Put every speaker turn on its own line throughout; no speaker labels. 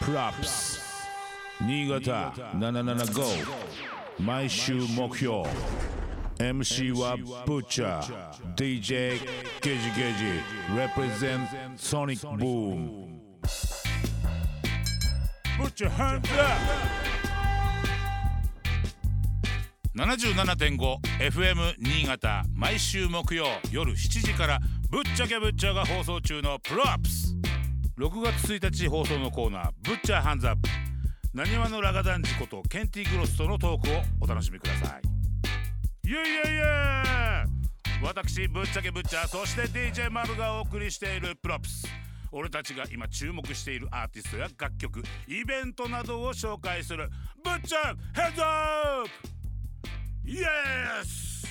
プラップス新潟775毎週目標 MC はブッチャー DJ ゲジゲジ represent ソニックブーム Put your hands up!
77.5FM 新潟毎週木曜夜7時から「ぶっちゃけぶっちゃ」が放送中の「プロアップス」6月1日放送のコーナー「ぶっちゃハンズアップ」なにわのラガダンジことケンティ・グロスとのトークをお楽しみくださいいやいやいや私ぶっちゃけぶっちゃそして DJ マルがお送りしている「プロアップス」俺たちが今注目しているアーティストや楽曲イベントなどを紹介する「ぶっちゃヘッズアップ!」イエス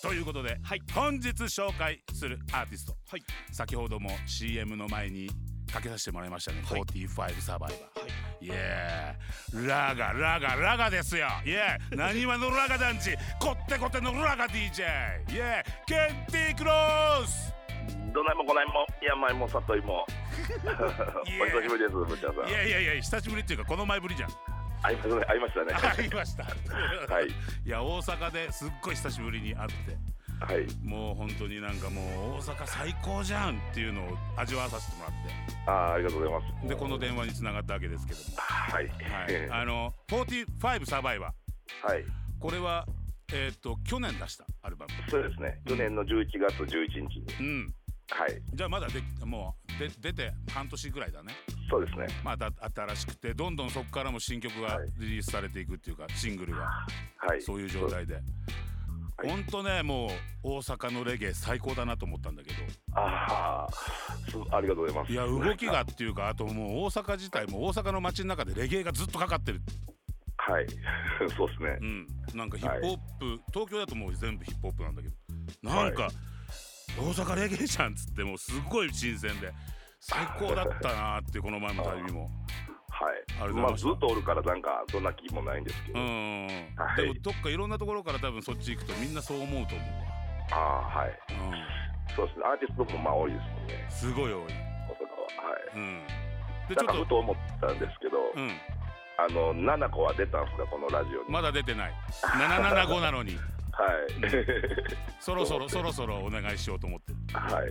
ということで、
はい
本日紹介するアーティスト、
はい
先ほども CM の前にかけさせてもらいましたね、
はい
45サバイバー、
はい
イエーラガラガラガですよイエーなにわのラガ団地こってこってのラガ DJ イエーケンティクロス
どないもこないも、山芋、里 芋。お
いえ
久しぶりです、ぶっちゃんさん。
いやいやいや久しぶりっていうかこの前ぶりじゃん
ありましたね、ありましたね。
ありました
はい
いや大阪ですっごい久しぶりに会って
はい。
もう本当になんかもう大阪最高じゃんっていうのを味わわさせてもらっ
ああ、ありがとうございます。
てでこの電話に繋がったわけですけども、
はい。
はい、あの45サバイバー
はい。
これはえっ、と去年出したアルバム
そうですね。去年の11月11日に。
うん
はい。
じゃあまだでもうで出て半年ぐらいだね
そうですね。
まあだ新しくてどんどんそこからも新曲が
はい
リリースされていくっていうかシングルが
はい。
そういう状。態で
はい
ほんとねもう大阪のレゲエ最高だなと思ったんだけど
ああ。すありがとうございます。
いや動きがっていうかあともう大阪自体も大阪の街の中でレゲエがずっとかかってる、
はい。 そうですね
う。ん、なんかヒップホップ、東京だともう全部ヒップホップなんだけどなんか、大阪レゲエじゃんっつってもうすごい新鮮で最高だったなーってこの前の旅もあ
は
り
い。
がとうござい
ま
ま
あ、
し
ず
た
っとおるから、なんか、そんな気もないんですけ
う
ど。
ん、
はい
でもどっかいろんなところから多分そっち行くとみんなそう思うと思
ああ、はい。
うわ、う
そうですね。アーティストもまあ多いですもんね
ん、。すごい多い、
大阪は。はい。
うん、でち
なんか
ょっ
ふ
と、
と思ったんですけど、
うん、
あの7個は出たんですかこのラジオに、
まだ出てない775なの に
はい、
そろそろそろそろお願いしようと思ってる
は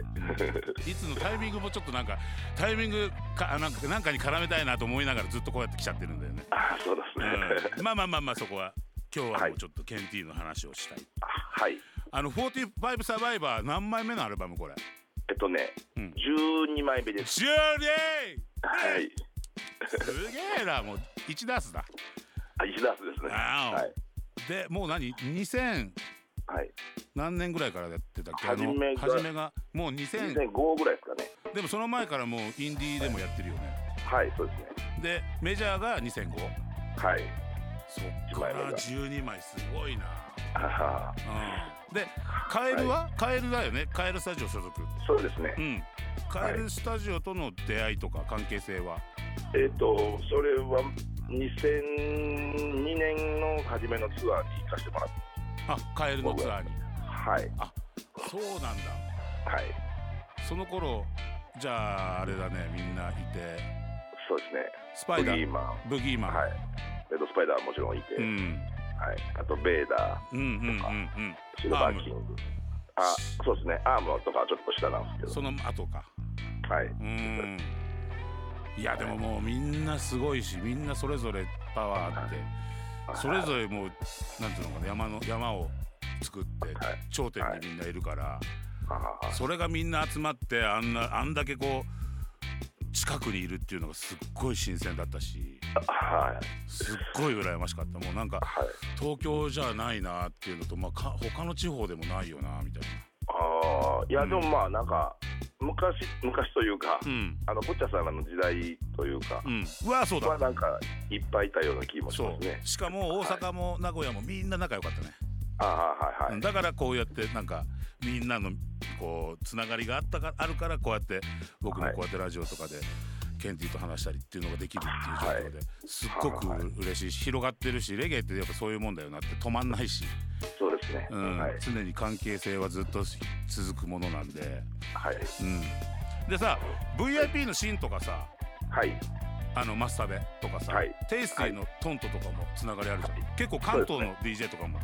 い
いつのタイミングもちょっとなんかタイミングかあなんかなんかに絡めたいなと思いながらずっとこうやって来ちゃってるんだよね、
あそうですね、
うん、まあまあまあまあそこは今日は
は
も
いう
ちょっとケンティーの話をしたい、
はい
あの45サバイバー何枚目のアルバムこれ
えっとね、
うん
12枚目です
終了
はい
すげえなもう1ダースだ
あ1ダースですね
あー
はい、
でもう何2000
はい、
何年ぐらいからやってたっけあ
初
の
めが
初めがもう2000
2005ぐらいですかね
でもその前からもうインディーでもやってるよね
はいそうですね
でメジャーが2005
はい
そっから12枚すごいな
あはは
でカエルは、カエルだよねカエルスタジオ所属
そうですね、
うんカエルスタジオとの出会いとか関係性は、
えっ、とそれは2002年の初めのツアーに行かせてもらっ
あカエルのツアーに
たはい
そうなんだ
はい
その頃じゃああれだねみんないて
そうですね
スパイダ
ブギ
ー
ーマン
ブギーマン、
はいレッドスパイダーもちろんいて、
うん、
はい、あとベーダ
うんうんうんうん
ー、シルバーキング、あそうですね、アームとかはちょっと下なんです
その後か
けど、はい、
うんいやでももうみんなすごいしみんなそれぞれパワーあってそれぞれもうなんていうのかな山の山を作って
はい
頂点にみんないるから
あー
それがみんな集まってあんなあんだけこう近くにいるっていうのがすっごい新鮮だったし
はい、
すっごい羨ましかったもうなんか
はい、
東京じゃないなっていうのとまあか他の地方でもないよなみたいな
ああ、いや、
うん
でもまあ、なんか、昔、昔というか、
うん
あの、ぼっちゃさんらの時代というか、
うんわあそうだ
はなんか、いっぱいいたような気もし
そ
ますね
う。しかも大阪も名古屋もみんな仲良かったね
ああ、はい、はい、
だからこうやってなんかみんなのこうつながりがあったかあるからこうやって僕もこうやってラジオとかで。ケンティーと話したりっていうのができるっていう状況ですっごく嬉しいし広がってるしレゲエってやっぱそういうもんだよなって止まんないし、
そうですね、
うん
はい、
常に関係性はずっと続くものなんで、
はい、
うん、でさ VIP のシーンとかさ
はい、
あのマスタベとかさ、
はい
テイスティのトントとかもつながりあるじゃん、結構関東の DJ とかも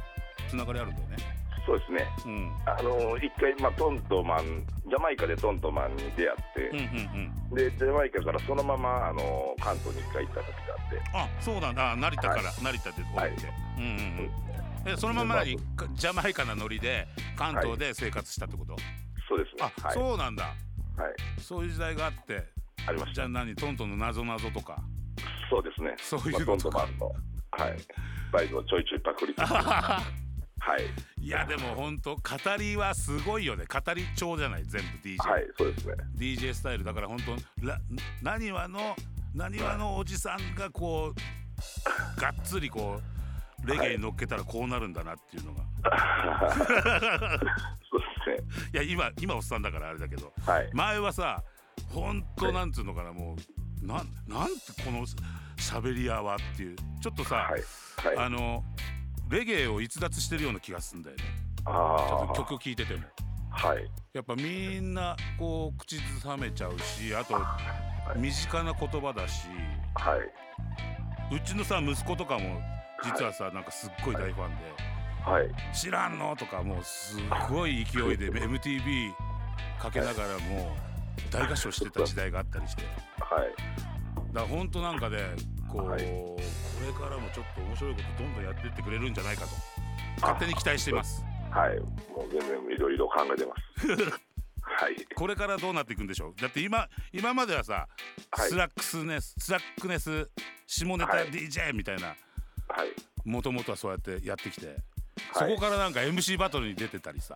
つながりあるんだよね
そうですね
うん
あの一回、まあ、トントマンジャマイカでトントマンに出会
うんうんうん
って、でジャマイカからそのままあの関東に一回行った時があって
あそうなんだあ成田から、成田で降りて、うんうんうんでそのまま何かジャマイカなノリで関東で生活したってこと、
そうですね
あ、
はい、
そうなんだ
はい、
そういう時代があって
ありまし
じゃ
た
あ何トントンの謎謎とか
そうですね
そういう
ま
こ
あ、トン
と
ト
か
マンの、はい、バイクをちょいちょいパク リつつはい
いやでも本当語りはすごいよね語り調じゃない全部 DJ、
はいそう ですね
DJ スタイルだから本当らなにわのなにわのおじさんがこうがっつりこうレゲエに乗っけたらこうなるんだなっていうのが、
そうですね
い、や今今おっさんだからあれだけど
はい
前はさ本当なんつうのかなもうなんなんてこの喋り屋はっていうちょっとさ、
はいはい
あのレゲエを逸脱してるような気がするんだよねちょ
あ
っと
ー
曲聴いてても。
はい
やっぱみんなこう口ずさめちゃうしあと身近な言葉だし
はいう
ちのさ息子とかも実はさなんかすっごい大ファンで
はい
「知らんの?」とかもうすごい勢いで MTV かけながらもう大合唱してた時代があったりしてだか
はい
らほんとなんかねこうこ
はい
れからもちょっと面白いことどんどんやってってくれるんじゃないかと勝手に期待しています
はい、もう全然いろいろ考え てます。はい、
これからどうなっていくんでしょうだって今今まではさ、
はい
スラックスネススラックネス下ネタ
はい
DJ みたいな
はい、
もともとはそうやってやってきて、
はい
そこからなんか MC バトルに出てたりさ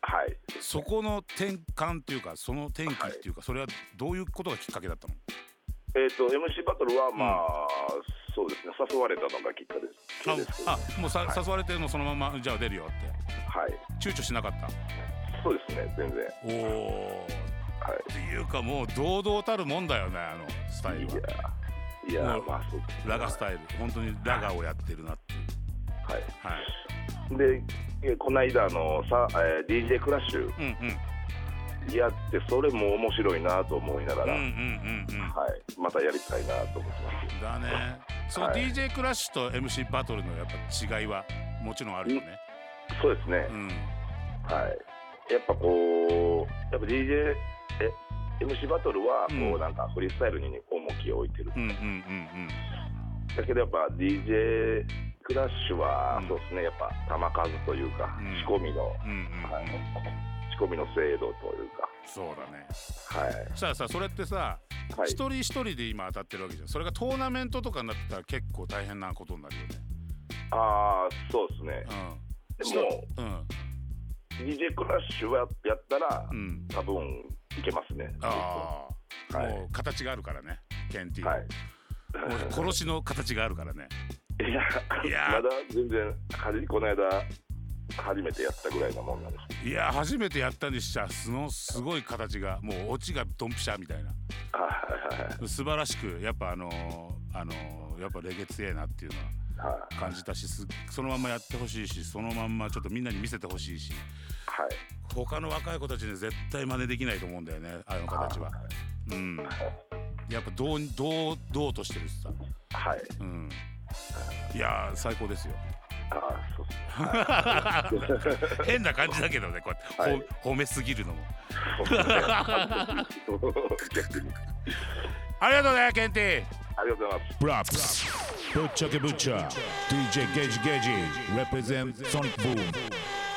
はい。
そこの転換っていうかその転機っていうか、それはどういうことがきっかけだったの
えっ、と、MC バトルは、まあ、そうですね、誘われたのがきっかけです。そうですけど
ああもうさ、誘われてるのそのままじゃあ出るよっ
はい、
て躊躇しなかった
そうですね、全然。
おお
は
っていうかもう堂々たるもんだよねあのスタイ
い。い
ルは
や、いや
も、う
まあ、そうですね
ラガスタイル本当にラガをやってるなっていう
はい。
はい
で、えこの間、あの、さ、えー DJ クラッシュ
うんうん
やって、それも面白いなと思いながら、
うんうんうんうん
はい、またやりたいなと思ってます。
だねその
はい
DJ クラッシュと MC バトルのやっぱ違いはもちろんあるよね
そうですね
う。ん
はい、やっぱこう、やっぱ DJ、え MC バトルはこう、
うん
なんかフリースタイルに重きを置いてる、
うんうんうん
だけどやっぱ DJ クラッシュは、
うん
そうですね、やっぱ球数というか、
うん
仕込みの、
うんうんうん
はい
うん
仕込みの精度というか、
そうだね
はい、
そしたらさそれってさ
はい
一、人一人で今当たってるわけじゃんそれがトーナメントとかになってたら結構大変なことになるよね
ああ、そうですね、でも、
うん
DJ クラッシュはやったら、
うんうん
多分いけますね。
ああ
はい
もう形があるからねケンティー
はい
もう殺しの形があるからね
いや
いやー
まだ全然はじこの間初めてやったぐらいのもんなんです
いや初めてやったにしちゃそのすごい形がもうオチがドンピシャみたいな
はいはいはい
素晴らしくやっぱあのーあのーやっぱレゲツええなっていうのは
はい
感じたしすそのまんまやってほしいしそのまんまちょっとみんなに見せてほしいし
はい
他の若い子たちには絶対真似できないと思うんだよねあの形は。うん、やっぱどうどうどうとしてるしさ、
はい
うん、いやー最高ですよ
ああそうっすね
変な感じだけどねこうやって、ほ褒めすぎるのも
逆に
ありがとうねケンティ
ありがとうございます
Props. Butcher ke Butcher. DJ Gage Gage. Represent Sonic Boom.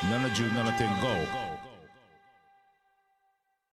77.5.